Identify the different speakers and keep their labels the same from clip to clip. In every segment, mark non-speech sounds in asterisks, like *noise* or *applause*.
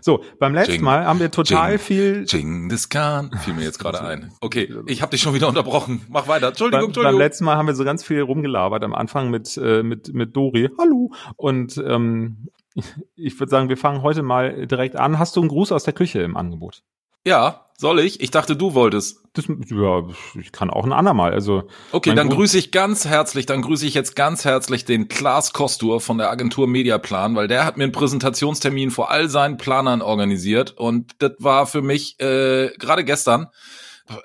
Speaker 1: So, beim letzten
Speaker 2: Jing,
Speaker 1: Mal haben wir total
Speaker 2: Jing,
Speaker 1: viel.
Speaker 2: Genghis Khan fiel mir jetzt gerade ein. Okay, ich habe dich schon wieder unterbrochen. Mach weiter.
Speaker 1: Beim, beim
Speaker 2: Entschuldigung, Entschuldigung.
Speaker 1: letzten Mal haben wir so ganz viel rumgelabert. Am Anfang mit, äh, mit, mit Dori. Hallo. Und ähm, *laughs* ich würde sagen, wir fangen heute mal direkt an. Hast du einen Gruß aus der Küche im Angebot?
Speaker 2: Ja, soll ich? Ich dachte, du wolltest.
Speaker 1: Das, ja, ich kann auch ein andermal. Also,
Speaker 2: Okay,
Speaker 1: Mein
Speaker 2: dann
Speaker 1: Gru-
Speaker 2: grüße ich ganz herzlich, dann grüße ich jetzt ganz herzlich den Klaas Kostur von der Agentur Mediaplan, weil der hat mir einen Präsentationstermin vor all seinen Planern organisiert und das war für mich äh, gerade gestern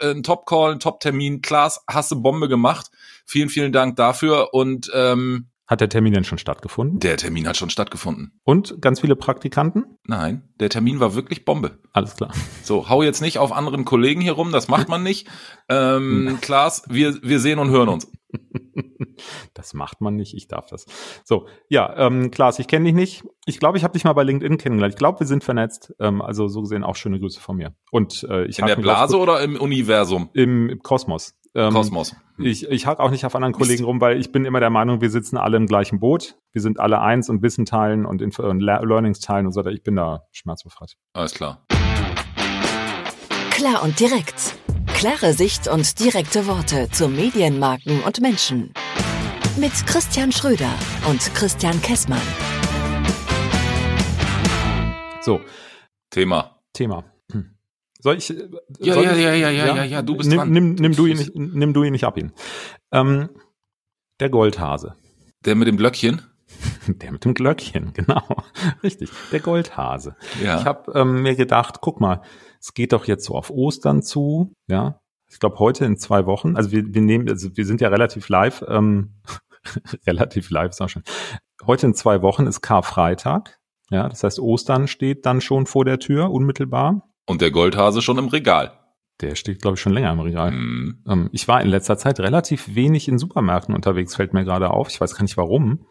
Speaker 2: äh, ein Top-Call, ein Top-Termin. Klaas, hast du Bombe gemacht. Vielen, vielen Dank dafür und ähm,
Speaker 1: hat der Termin denn schon stattgefunden?
Speaker 2: der Termin hat schon stattgefunden.
Speaker 1: Und ganz viele Praktikanten?
Speaker 2: Nein, der Termin war wirklich Bombe.
Speaker 1: Alles klar. *laughs*
Speaker 2: So, hau jetzt nicht auf anderen Kollegen hier rum, das macht man nicht. Ähm,
Speaker 1: Hm.
Speaker 2: Klaas, wir, wir sehen und hören uns.
Speaker 1: Das macht man nicht, ich darf das. So, ja, ähm, Klaas, ich kenne dich nicht. Ich glaube, ich habe dich mal bei LinkedIn kennengelernt. Ich glaube, wir sind vernetzt. Ähm, also so gesehen auch schöne Grüße von mir. Und äh, ich
Speaker 2: In
Speaker 1: hake
Speaker 2: der
Speaker 1: mich auf-
Speaker 2: Blase oder im Universum?
Speaker 1: Im, im Kosmos. Ähm,
Speaker 2: Kosmos. Hm.
Speaker 1: Ich, ich hake auch nicht auf anderen
Speaker 2: Mist.
Speaker 1: Kollegen rum, weil ich bin immer der Meinung, wir sitzen alle im gleichen Boot. Wir sind alle eins und Wissen teilen und, Info und Le Learnings teilen und so weiter. Ich bin da schmerzbefreit.
Speaker 2: Alles klar.
Speaker 3: Klar und direkt. Klare Sicht und direkte Worte zu Medienmarken und Menschen. Mit Christian Schröder und Christian Kessmann.
Speaker 1: So,
Speaker 2: Thema.
Speaker 1: Thema. Hm. Soll ich? äh,
Speaker 2: Ja,
Speaker 1: soll
Speaker 2: ja,
Speaker 1: ich-
Speaker 2: ja, ja, ja, ja, ja, du bist
Speaker 1: nimm,
Speaker 2: dran.
Speaker 1: Nimm, nimm, du ihn
Speaker 2: bist-
Speaker 1: nicht, nimm du ihn nicht ab ihn. Ähm, der Goldhase. *laughs*
Speaker 2: Der mit dem Blöckchen?
Speaker 1: Der mit dem Glöckchen, *laughs* genau. Richtig, der Goldhase.
Speaker 2: Ja.
Speaker 1: Ich habe ähm, mir gedacht, guck mal, es geht doch jetzt so auf Ostern zu, ja. Ich glaube, heute in zwei Wochen, also wir, wir nehmen, also wir sind ja relativ live, ähm, *laughs* relativ live, ist auch schon. Heute in zwei Wochen ist Karfreitag, ja, das heißt, Ostern steht dann schon vor der Tür, unmittelbar.
Speaker 2: und der Goldhase schon im Regal.
Speaker 1: Der steht, glaube ich, schon länger im Regal.
Speaker 2: Mhm.
Speaker 1: Ähm, ich war in letzter Zeit relativ wenig in Supermärkten unterwegs, fällt mir gerade auf. Ich weiß gar nicht warum.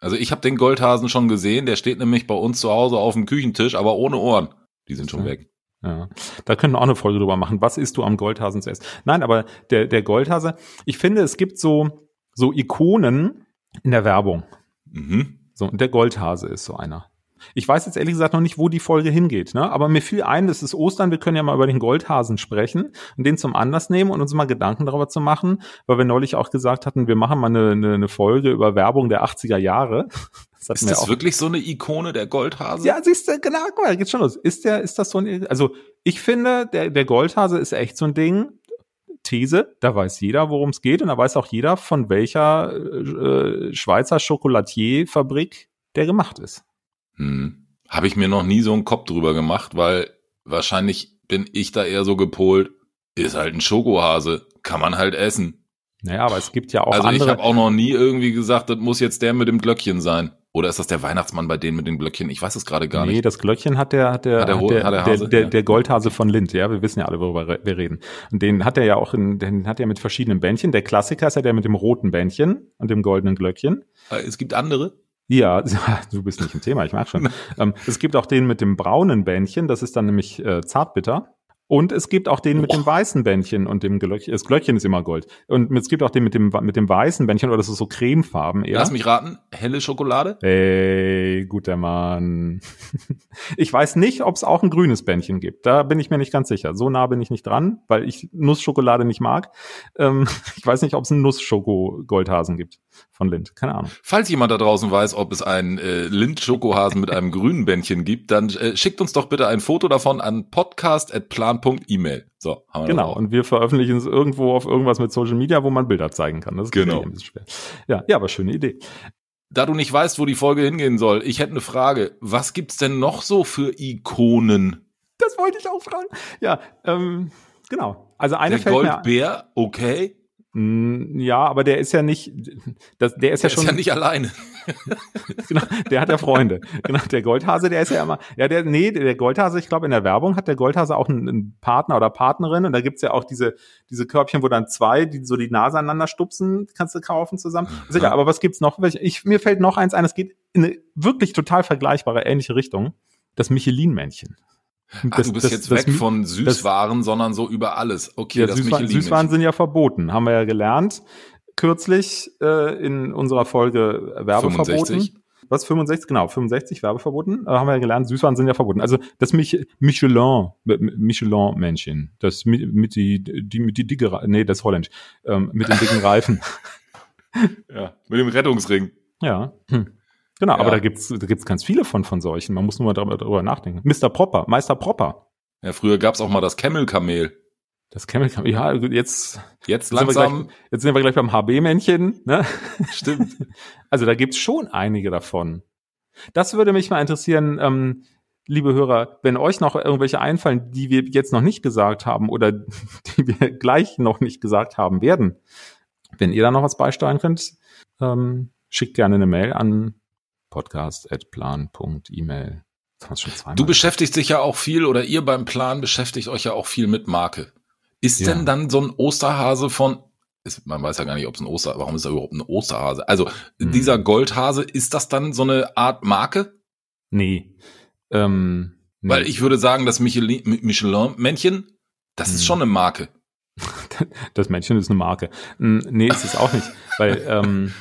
Speaker 2: Also ich habe den Goldhasen schon gesehen, der steht nämlich bei uns zu Hause auf dem Küchentisch, aber ohne Ohren. Die sind schon
Speaker 1: Ja.
Speaker 2: weg.
Speaker 1: Ja, da könnten wir auch eine Folge drüber machen. Was isst du am Goldhasen zuerst? Nein, aber der, der Goldhase, ich finde, es gibt so, so Ikonen in der Werbung.
Speaker 2: Mhm.
Speaker 1: So, und der Goldhase ist so einer. Ich weiß jetzt ehrlich gesagt noch nicht, wo die Folge hingeht, ne? Aber mir fiel ein, es ist Ostern, wir können ja mal über den Goldhasen sprechen und den zum Anlass nehmen und uns mal Gedanken darüber zu machen, weil wir neulich auch gesagt hatten, wir machen mal eine, eine, eine Folge über Werbung der 80er Jahre. *laughs* Das hatten
Speaker 2: Ist
Speaker 1: wir
Speaker 2: das
Speaker 1: auch-
Speaker 2: wirklich so eine Ikone, der Goldhase?
Speaker 1: ja, siehst du, genau, guck mal, geht's schon los. Ist der, ist das so ein, also ich finde, der, der Goldhase ist echt so ein Ding. These, da weiß jeder, worum es geht und da weiß auch jeder, von welcher äh, Schweizer Schokolatierfabrik der gemacht ist.
Speaker 2: Hm. Habe ich mir noch nie so einen Kopf drüber gemacht, weil wahrscheinlich bin ich da eher so gepolt. Ist halt ein Schokohase, kann man halt essen.
Speaker 1: Naja, aber es gibt ja auch
Speaker 2: also ich
Speaker 1: andere.
Speaker 2: habe auch noch nie irgendwie gesagt, das muss jetzt der mit dem Glöckchen sein. Oder ist das der Weihnachtsmann bei denen mit den Glöckchen? Ich weiß es gerade gar
Speaker 1: nee,
Speaker 2: nicht.
Speaker 1: das Glöckchen hat der, hat der,
Speaker 2: Hat der Ho-
Speaker 1: der,
Speaker 2: hat der
Speaker 1: der,
Speaker 2: Hase,
Speaker 1: der,
Speaker 2: ja.
Speaker 1: der Goldhase von Lind, ja, wir wissen ja alle, worüber re- wir reden. Und den hat er ja auch in, den hat er mit verschiedenen Bändchen. Der Klassiker ist ja der mit dem roten Bändchen und dem goldenen Glöckchen.
Speaker 2: Äh, Es gibt andere.
Speaker 1: Ja, *laughs* du bist nicht im Thema, ich merke
Speaker 2: *laughs*
Speaker 1: schon. ähm, es gibt auch den mit dem braunen Bändchen, das ist dann nämlich äh, zartbitter. Und es gibt auch den mit dem weißen Bändchen und dem Glöckchen. Das Glöckchen ist immer Gold. Und es gibt auch den mit dem, mit dem weißen Bändchen, oder das ist so cremefarben eher.
Speaker 2: Lass mich raten, helle Schokolade?
Speaker 1: Ey, guter Mann. *laughs* Ich weiß nicht, ob es auch ein grünes Bändchen gibt. Da bin ich mir nicht ganz sicher. So nah bin ich nicht dran, weil ich Nussschokolade nicht mag. Ähm, *laughs* ich weiß nicht, ob es einen Nussschoko-Goldhasen gibt von Lind. Keine Ahnung.
Speaker 2: Falls jemand da draußen weiß, ob es einen äh, Lind-Schokohasen mit einem *laughs* grünen Bändchen gibt, dann äh, schickt uns doch bitte ein Foto davon an podcast.plan.email. So, haben wir
Speaker 1: Genau,
Speaker 2: das auch.
Speaker 1: und wir veröffentlichen es irgendwo auf irgendwas mit Social Media, wo man Bilder zeigen kann. Das ist
Speaker 2: Genau.
Speaker 1: natürlich ein bisschen schwer. Ja, ja, aber schöne Idee.
Speaker 2: Da du nicht weißt, wo die Folge hingehen soll, ich hätte eine Frage. Was gibt's denn noch so für Ikonen?
Speaker 1: Das wollte ich auch fragen. Ja, ähm, genau. Also eine
Speaker 2: der
Speaker 1: fällt mir
Speaker 2: Goldbär, okay,
Speaker 1: Mm, ja, aber der ist ja nicht das, der ist
Speaker 2: der
Speaker 1: ja
Speaker 2: ist
Speaker 1: schon
Speaker 2: ja nicht alleine.
Speaker 1: genau, der hat ja Freunde. Genau, der Goldhase, der ist ja immer ja der nee, der Goldhase, ich glaube in der Werbung hat der Goldhase auch einen, einen Partner oder Partnerin und da gibt's ja auch diese diese Körbchen, wo dann zwei, die so die Nase aneinander stupsen, kannst du kaufen zusammen. Ist egal, aber was gibt's noch? Welche- Ich, mir fällt noch eins ein, es geht in eine wirklich total vergleichbare, ähnliche Richtung. Das Michelin-Männchen.
Speaker 2: Ach,
Speaker 1: Das-
Speaker 2: du bist
Speaker 1: das-
Speaker 2: jetzt
Speaker 1: das
Speaker 2: weg
Speaker 1: Mi-
Speaker 2: von Süßwaren, sondern so über alles. Okay,
Speaker 1: Ja,
Speaker 2: das
Speaker 1: Süßwaren,
Speaker 2: Michelin-Männchen.
Speaker 1: Süßwaren sind ja verboten, haben wir ja gelernt. Kürzlich äh, in unserer Folge Werbeverboten.
Speaker 2: 65.
Speaker 1: was 65, genau, 65 Werbeverboten, äh, haben wir ja gelernt, Süßwaren sind ja verboten. Also das Mich Michelin, Michelin Männchen, das mi- mit die die mit die dicke, Re- nee, das ist holländisch, ähm, mit den dicken
Speaker 2: *laughs*
Speaker 1: Reifen.
Speaker 2: Ja, mit dem Rettungsring.
Speaker 1: Ja. Hm. Genau, aber
Speaker 2: Ja.
Speaker 1: da gibt's da gibt's ganz viele von von solchen. Man muss nur mal darüber, darüber nachdenken. Mr. Propper, Meister Propper.
Speaker 2: Ja, früher gab's auch mal das Camel-Kamel.
Speaker 1: Das Camel Camel. Ja, jetzt,
Speaker 2: Jetzt
Speaker 1: Sind wir
Speaker 2: langsam,
Speaker 1: jetzt sind wir gleich beim HB-Männchen. Ne?
Speaker 2: stimmt.
Speaker 1: Also da gibt's schon einige davon. Das würde mich mal interessieren, ähm, liebe Hörer, wenn euch noch irgendwelche einfallen, die wir jetzt noch nicht gesagt haben oder *laughs* die wir gleich noch nicht gesagt haben werden. Wenn ihr da noch was beisteuern könnt, ähm, schickt gerne eine Mail an podcast.plan.email. Das war's schon zweimal.
Speaker 2: Du beschäftigst dich ja auch viel oder ihr beim Plan beschäftigt euch ja auch viel mit Marke. Ist
Speaker 1: Ja.
Speaker 2: denn dann so ein Osterhase von, ist, man weiß ja gar nicht, ob es ein Oster, warum ist er überhaupt ein Osterhase? Also
Speaker 1: Hm.
Speaker 2: dieser Goldhase, ist das dann so eine Art Marke?
Speaker 1: Nee. Ähm, nee.
Speaker 2: Weil ich würde sagen, das Michelin- Mi- Michelin-Männchen, das ist
Speaker 1: Hm.
Speaker 2: schon eine Marke.
Speaker 1: Das Männchen ist eine Marke. Mm, Nee, ist es auch nicht.
Speaker 2: *laughs*
Speaker 1: Weil ähm,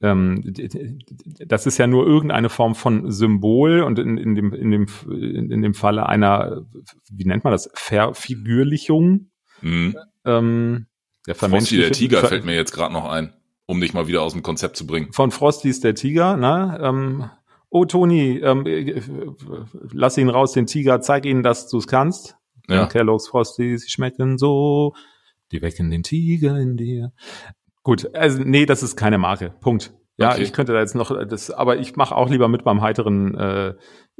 Speaker 1: ähm, d- d- d- das ist ja nur irgendeine Form von Symbol und in, in, dem, in, dem, in in dem Falle einer, wie nennt man das, Verfigürlichung.
Speaker 2: Hm.
Speaker 1: Ähm, der
Speaker 2: Frosty der
Speaker 1: Vermenschlichung-
Speaker 2: Tiger
Speaker 1: Ver-
Speaker 2: fällt mir jetzt gerade noch ein, um dich mal wieder aus dem Konzept zu bringen.
Speaker 1: Von Frosty ist der Tiger, ne? Ähm, oh, Toni, ähm, äh, lass ihn raus, den Tiger, zeig ihnen, dass du es kannst. Ja.
Speaker 2: Ja.
Speaker 1: Kellogg's Frosty, sie schmecken so. Die wecken den Tiger in dir. Gut, also nee, das ist keine Marke. Punkt. Ja,
Speaker 2: Okay.
Speaker 1: ich könnte da jetzt noch äh, das, aber ich mache auch lieber mit beim heiteren äh,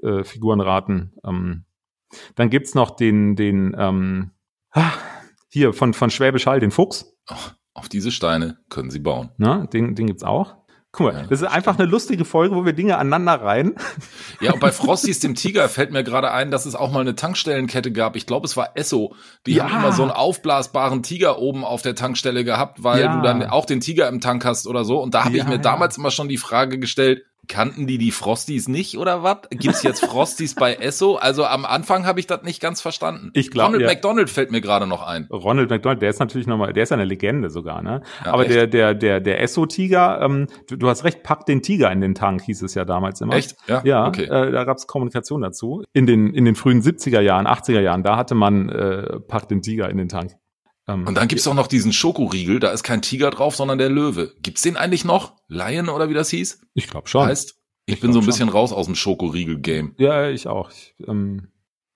Speaker 1: äh, Figurenraten. Ähm, dann gibt's noch den, den ähm, ah, hier von von Schwäbisch Hall, den Fuchs.
Speaker 2: Oh, Auf diese Steine können sie bauen.
Speaker 1: Ne? Den, den gibt's auch. Guck mal,
Speaker 2: Ja,
Speaker 1: das ist einfach eine lustige Folge, wo wir Dinge aneinander reihen.
Speaker 2: Ja, und bei Frosties dem Tiger fällt mir gerade ein, dass es auch mal eine Tankstellenkette gab. Ich glaube, es war Esso. Die
Speaker 1: Ja.
Speaker 2: haben immer so einen aufblasbaren Tiger oben auf der Tankstelle gehabt, weil
Speaker 1: Ja.
Speaker 2: du dann auch den Tiger im Tank hast oder so. Und da habe
Speaker 1: Ja,
Speaker 2: ich mir
Speaker 1: ja.
Speaker 2: damals immer schon die Frage gestellt, kannten die die Frosties nicht oder was? Gibt's jetzt Frosties bei Esso? Also am Anfang habe ich das nicht ganz verstanden.
Speaker 1: Ich glaub,
Speaker 2: Ronald
Speaker 1: ja.
Speaker 2: McDonald fällt mir gerade noch ein.
Speaker 1: Ronald McDonald, der ist natürlich nochmal, der ist eine Legende sogar, ne?
Speaker 2: Ja,
Speaker 1: Aber
Speaker 2: echt.
Speaker 1: der, der, der, der Esso-Tiger, ähm, du, du hast recht, packt den Tiger in den Tank, hieß es ja damals immer.
Speaker 2: Echt? Ja,
Speaker 1: Ja,
Speaker 2: okay.
Speaker 1: äh, da gab's Kommunikation dazu. In den, in den frühen 70er Jahren, 80er Jahren, da hatte man äh, packt den Tiger in den Tank. Ähm,
Speaker 2: Und dann gibt's doch noch diesen Schokoriegel, da ist kein Tiger drauf, sondern der Löwe. Gibt's den eigentlich noch? Lion oder wie das hieß?
Speaker 1: ich glaube schon.
Speaker 2: Heißt, ich,
Speaker 1: Ich
Speaker 2: bin so
Speaker 1: glaub
Speaker 2: ein bisschen raus aus dem Schokoriegel-Game.
Speaker 1: ja, ich auch. Ich, ähm,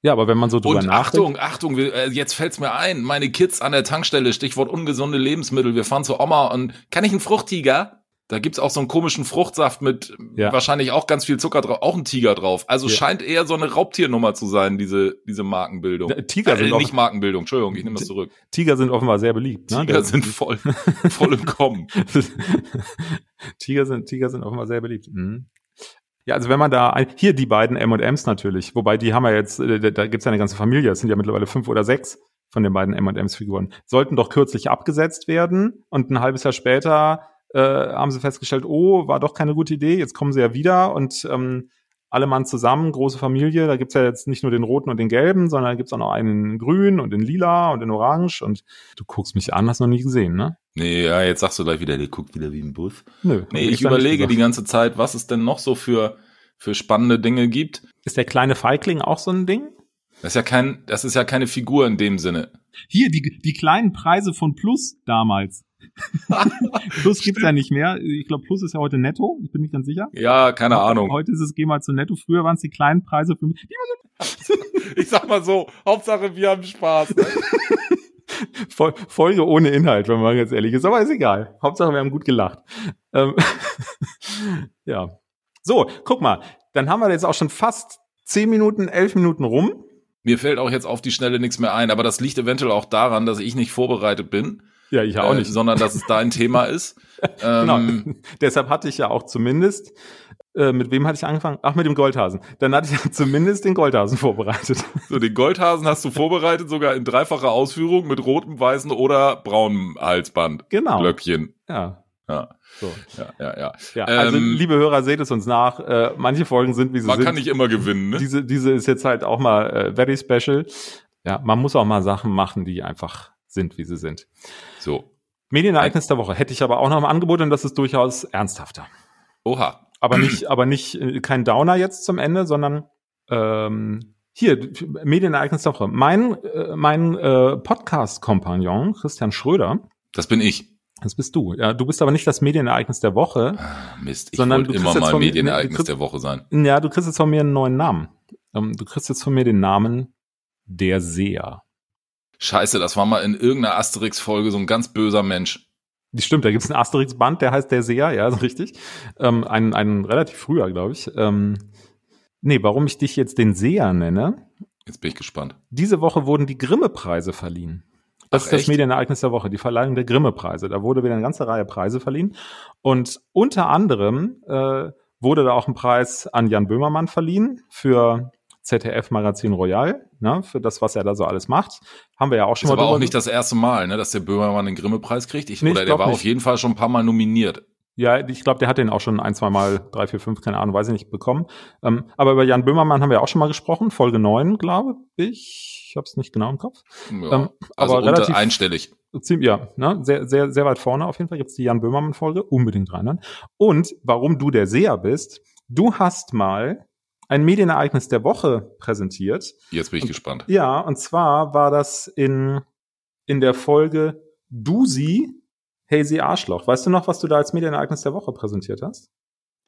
Speaker 1: ja, aber wenn man so drüber
Speaker 2: Und
Speaker 1: nachdenkt.
Speaker 2: Achtung, Achtung, wir, äh, jetzt fällt's mir ein. Meine Kids an der Tankstelle, Stichwort ungesunde Lebensmittel. Wir fahren zu Oma und kann ich einen Fruchttiger? Da gibt's auch so einen komischen Fruchtsaft mit
Speaker 1: Ja.
Speaker 2: wahrscheinlich auch ganz viel Zucker drauf, auch ein Tiger drauf. Also
Speaker 1: Ja.
Speaker 2: scheint eher so eine Raubtiernummer zu sein, diese, diese Markenbildung.
Speaker 1: Äh, Tiger sind
Speaker 2: äh,
Speaker 1: auch-
Speaker 2: nicht Markenbildung, Entschuldigung, ich nehme das zurück.
Speaker 1: Tiger sind offenbar sehr beliebt. Ne?
Speaker 2: Tiger
Speaker 1: *laughs*
Speaker 2: sind voll, voll im Kommen.
Speaker 1: *laughs* Tiger sind, Tiger sind offenbar sehr beliebt. Mhm. Ja, also wenn man da, ein, hier die beiden M&Ms natürlich, wobei die haben ja jetzt, äh, da- da gibt's ja eine ganze Familie, es sind ja mittlerweile fünf oder sechs von den beiden M&Ms-Figuren, sollten doch kürzlich abgesetzt werden und ein halbes Jahr später äh, haben sie festgestellt, oh, war doch keine gute Idee, jetzt kommen sie ja wieder und ähm, alle Mann zusammen, große Familie, da gibt's ja jetzt nicht nur den roten und den gelben, sondern da gibt's auch noch einen in grün und in lila und in orange und du guckst mich an, hast noch nie gesehen, ne?
Speaker 2: Nee, ja, jetzt sagst du gleich wieder, der guckt wieder wie ein Bus.
Speaker 1: Nö. hab
Speaker 2: Nee, ich
Speaker 1: da nicht
Speaker 2: überlege
Speaker 1: gesagt.
Speaker 2: die ganze Zeit, was es denn noch so für, für spannende Dinge gibt.
Speaker 1: Ist der kleine Feigling auch so ein Ding?
Speaker 2: Das ist ja kein, das ist ja keine Figur in dem Sinne.
Speaker 1: Hier, die, die kleinen Preise von Plus *laughs* damals. Plus gibt's ja nicht mehr. Ich glaube, Plus ist ja heute netto. Ich bin nicht ganz sicher.
Speaker 2: Ja, keine Ahnung.
Speaker 1: Heute ist es, geh mal zu netto. Früher waren es die kleinen Preise für
Speaker 2: Ich sag mal so, Hauptsache wir haben Spaß. ne?
Speaker 1: Fol- Folge ohne Inhalt, wenn man ganz ehrlich ist. Aber ist egal. Hauptsache, wir haben gut gelacht. Ähm, *laughs* ja. So, guck mal. Dann haben wir jetzt auch schon fast 10 Minuten, 11 Minuten rum.
Speaker 2: *laughs* Mir fällt auch jetzt auf die Schnelle nichts mehr ein, aber das liegt eventuell auch daran, dass ich nicht vorbereitet bin,
Speaker 1: Ja, ich
Speaker 2: äh, sondern dass es dein Thema ist. *laughs*
Speaker 1: Genau.
Speaker 2: Ähm,
Speaker 1: *laughs* Deshalb hatte ich ja auch zumindest, äh, mit wem hatte ich angefangen? Ach, mit dem Goldhasen. Dann hatte ich ja zumindest den Goldhasen *laughs* vorbereitet.
Speaker 2: So, den Goldhasen hast du vorbereitet, sogar in dreifacher Ausführung mit rotem, weißen oder braunem Halsband.
Speaker 1: Genau.
Speaker 2: Glöckchen.
Speaker 1: Ja.
Speaker 2: Ja,
Speaker 1: So.
Speaker 2: ja, ja. ja.
Speaker 1: ja also,
Speaker 2: Ähm,
Speaker 1: liebe Hörer, seht es uns nach. Äh, manche Folgen sind, wie sie
Speaker 2: Man
Speaker 1: sind.
Speaker 2: kann nicht immer gewinnen, ne?
Speaker 1: diese, diese ist jetzt halt auch mal äh, very special. Ja, man muss auch mal Sachen machen, die einfach sind, wie sie sind.
Speaker 2: So.
Speaker 1: Medienereignis der Woche hätte ich aber auch noch im Angebot und das ist durchaus ernsthafter.
Speaker 2: Oha.
Speaker 1: Aber nicht, aber nicht, äh, kein Downer jetzt zum Ende, sondern ähm, hier, Medienereignis der Woche. Mein, äh, mein äh, Podcast-Kompagnon, Christian Schröder,
Speaker 2: Das bin ich.
Speaker 1: das bist du. Ja, du bist aber nicht das Medienereignis der Woche.
Speaker 2: Ah, Mist, ich
Speaker 1: Sondern du
Speaker 2: wollte
Speaker 1: kriegst
Speaker 2: immer
Speaker 1: jetzt
Speaker 2: mal
Speaker 1: von-
Speaker 2: Medienereignis
Speaker 1: du kriegst-
Speaker 2: der Woche sein.
Speaker 1: Ja, du kriegst jetzt von mir einen neuen Namen. Ähm, du kriegst jetzt von mir den Namen Der Seher.
Speaker 2: Scheiße, das war mal in irgendeiner Asterix-Folge so ein ganz böser Mensch.
Speaker 1: Die stimmt, da gibt's einen Asterix-Band, der heißt Der Seher, ja, *laughs* so richtig. Ähm, einen, einen relativ früher, glaube ich. Ähm, nee, warum ich dich jetzt den Seher nenne?
Speaker 2: Jetzt bin ich gespannt.
Speaker 1: Diese Woche wurden die Grimme-Preise verliehen. Das
Speaker 2: Ach,
Speaker 1: ist das
Speaker 2: echt?
Speaker 1: Medienereignis der Woche, die Verleihung der Grimme-Preise. Da wurde wieder eine ganze Reihe Preise verliehen. Und unter anderem äh, wurde da auch ein Preis an Jan Böhmermann verliehen für ZDF Magazin Royal, ne, für das, was er da so alles macht. Haben wir ja auch schon
Speaker 2: Ist aber
Speaker 1: drüber-
Speaker 2: auch nicht das erste Mal, ne, dass der Böhmermann den Grimme-Preis kriegt. Ich,
Speaker 1: Nee, ich
Speaker 2: oder der
Speaker 1: glaub
Speaker 2: war
Speaker 1: nicht.
Speaker 2: auf jeden Fall schon ein paar Mal nominiert.
Speaker 1: Ja, ich glaube, der hat den auch schon ein, zwei Mal, drei, vier, fünf, keine Ahnung, weiß ich nicht, bekommen. Ähm, aber über Jan Böhmermann haben wir auch schon mal gesprochen, Folge 9, glaube ich. Ich habe es nicht genau im Kopf.
Speaker 2: Ja,
Speaker 1: Ähm,
Speaker 2: also
Speaker 1: aber
Speaker 2: unter
Speaker 1: relativ
Speaker 2: einstellig.
Speaker 1: Ziem- ja, ne? sehr, sehr, sehr weit vorne auf jeden Fall gibt's die Jan Böhmermann-Folge, unbedingt reinhören. Und warum du der Seher bist, du hast mal ein Medienereignis der Woche präsentiert.
Speaker 2: Jetzt bin ich gespannt.
Speaker 1: Ja, und zwar war das in, in der Folge Du sie, hey sie Arschloch. Weißt du noch, was du da als Medienereignis der Woche präsentiert hast?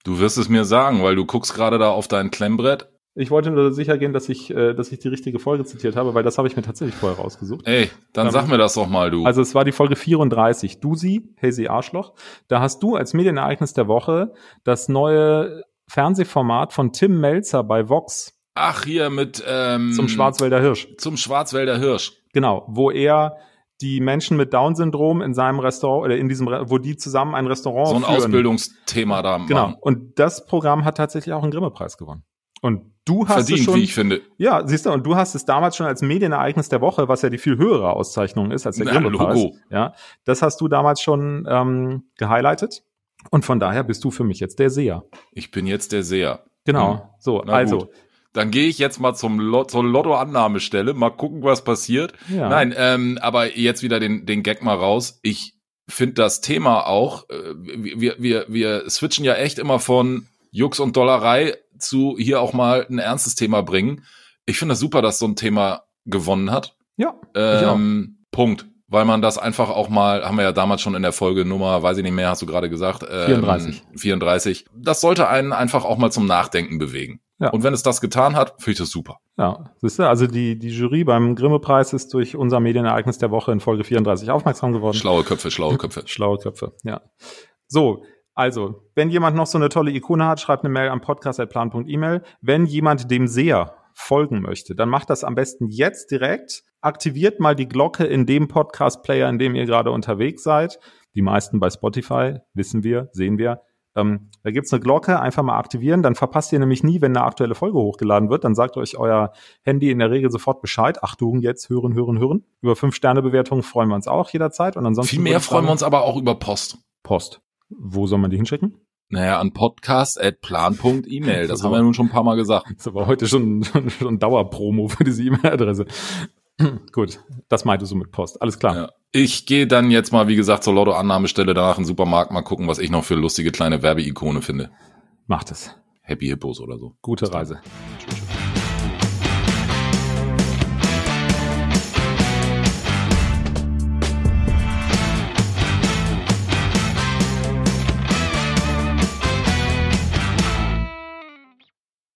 Speaker 2: Du wirst es mir sagen, weil du guckst gerade da auf dein Klemmbrett.
Speaker 1: Ich wollte nur sicher gehen, dass ich, äh, dass ich die richtige Folge zitiert habe, weil das habe ich mir tatsächlich vorher rausgesucht.
Speaker 2: Ey, dann
Speaker 1: Ähm,
Speaker 2: sag mir das doch mal, du.
Speaker 1: Also es war die Folge 34, Dusi, Hazy Arschloch. Da hast du als Medienereignis der Woche das neue Fernsehformat von Tim Melzer bei Vox
Speaker 2: Ach, hier mit ähm,
Speaker 1: zum Schwarzwälder Hirsch.
Speaker 2: zum Schwarzwälder Hirsch.
Speaker 1: Genau, wo er die Menschen mit Down-Syndrom in seinem Restaurant oder in diesem, Re- wo die zusammen ein Restaurant
Speaker 2: so ein
Speaker 1: führen.
Speaker 2: Ausbildungsthema da
Speaker 1: Genau.
Speaker 2: machen.
Speaker 1: Und das Programm hat tatsächlich auch einen Grimme-Preis gewonnen. Und du hast es
Speaker 2: Verdient,
Speaker 1: schon
Speaker 2: wie ich finde.
Speaker 1: Ja, siehst du, und du hast es damals schon als Medienereignis der Woche, was ja die viel höhere Auszeichnung ist als der
Speaker 2: Na,
Speaker 1: Grimme-Preis.
Speaker 2: Logo.
Speaker 1: Ja, das hast du damals schon ähm, gehighlightet. Und von daher bist du für mich jetzt der Seher.
Speaker 2: Ich bin jetzt der Seher.
Speaker 1: Genau.
Speaker 2: Mhm.
Speaker 1: So,
Speaker 2: Na
Speaker 1: also.
Speaker 2: gut. Dann gehe ich jetzt mal zum Lot zur Lotto-Annahmestelle, mal gucken, was passiert.
Speaker 1: Ja.
Speaker 2: Nein, ähm, aber jetzt wieder den, den Gag mal raus. Ich finde das Thema auch, äh, wir, wir, wir switchen ja echt immer von Jux und Dollerei zu hier auch mal ein ernstes Thema bringen. Ich finde das super, dass so ein Thema gewonnen hat.
Speaker 1: Ja, auch.
Speaker 2: Ähm, Punkt. Weil man das einfach auch mal, haben wir ja damals schon in der Folge Nummer, weiß ich nicht mehr, hast du gerade gesagt. Ähm,
Speaker 1: 34.
Speaker 2: 34. Das sollte einen einfach auch mal zum Nachdenken bewegen.
Speaker 1: Ja.
Speaker 2: Und wenn es das getan hat, finde ich das super.
Speaker 1: Ja, siehst du, also die, die Jury beim Grimme-Preis ist durch unser Medienereignis der Woche in Folge 34 aufmerksam geworden.
Speaker 2: Schlaue Köpfe,
Speaker 1: Hm.
Speaker 2: schlaue Köpfe.
Speaker 1: Schlaue Köpfe, ja. So, also, wenn jemand noch so eine tolle Ikone hat, schreibt eine Mail am podcast.plan.email. e Wenn jemand dem Seher folgen möchte, dann macht das am besten jetzt direkt. Aktiviert mal die Glocke in dem Podcast-Player, in dem ihr gerade unterwegs seid. Die meisten bei Spotify, wissen wir, sehen wir. Ähm, da gibt's eine Glocke, einfach mal aktivieren. Dann verpasst ihr nämlich nie, wenn eine aktuelle Folge hochgeladen wird. Dann sagt euch euer Handy in der Regel sofort Bescheid. Achtung, jetzt hören, hören, hören. Über 5-Sterne-Bewertungen freuen wir uns auch jederzeit. Und ansonsten
Speaker 2: Viel mehr
Speaker 1: würde ich
Speaker 2: freuen
Speaker 1: sagen-
Speaker 2: wir uns aber auch über Post.
Speaker 1: Post. Wo soll man die hinschicken?
Speaker 2: Naja, an podcast.plan.email. Das haben wir nun schon ein paar Mal gesagt.
Speaker 1: Das ist aber heute schon, schon, schon Dauerpromo für diese E-Mail-Adresse. *clears throat* Gut, das meintest du mit Post. Alles klar.
Speaker 2: Ja. Ich gehe dann jetzt mal, wie gesagt, zur Lotto-Annahmestelle, danach im Supermarkt mal gucken, was ich noch für lustige kleine Werbeikone finde.
Speaker 1: Macht es.
Speaker 2: Happy Hippos oder so.
Speaker 1: Gute Reise.
Speaker 2: Tschüss.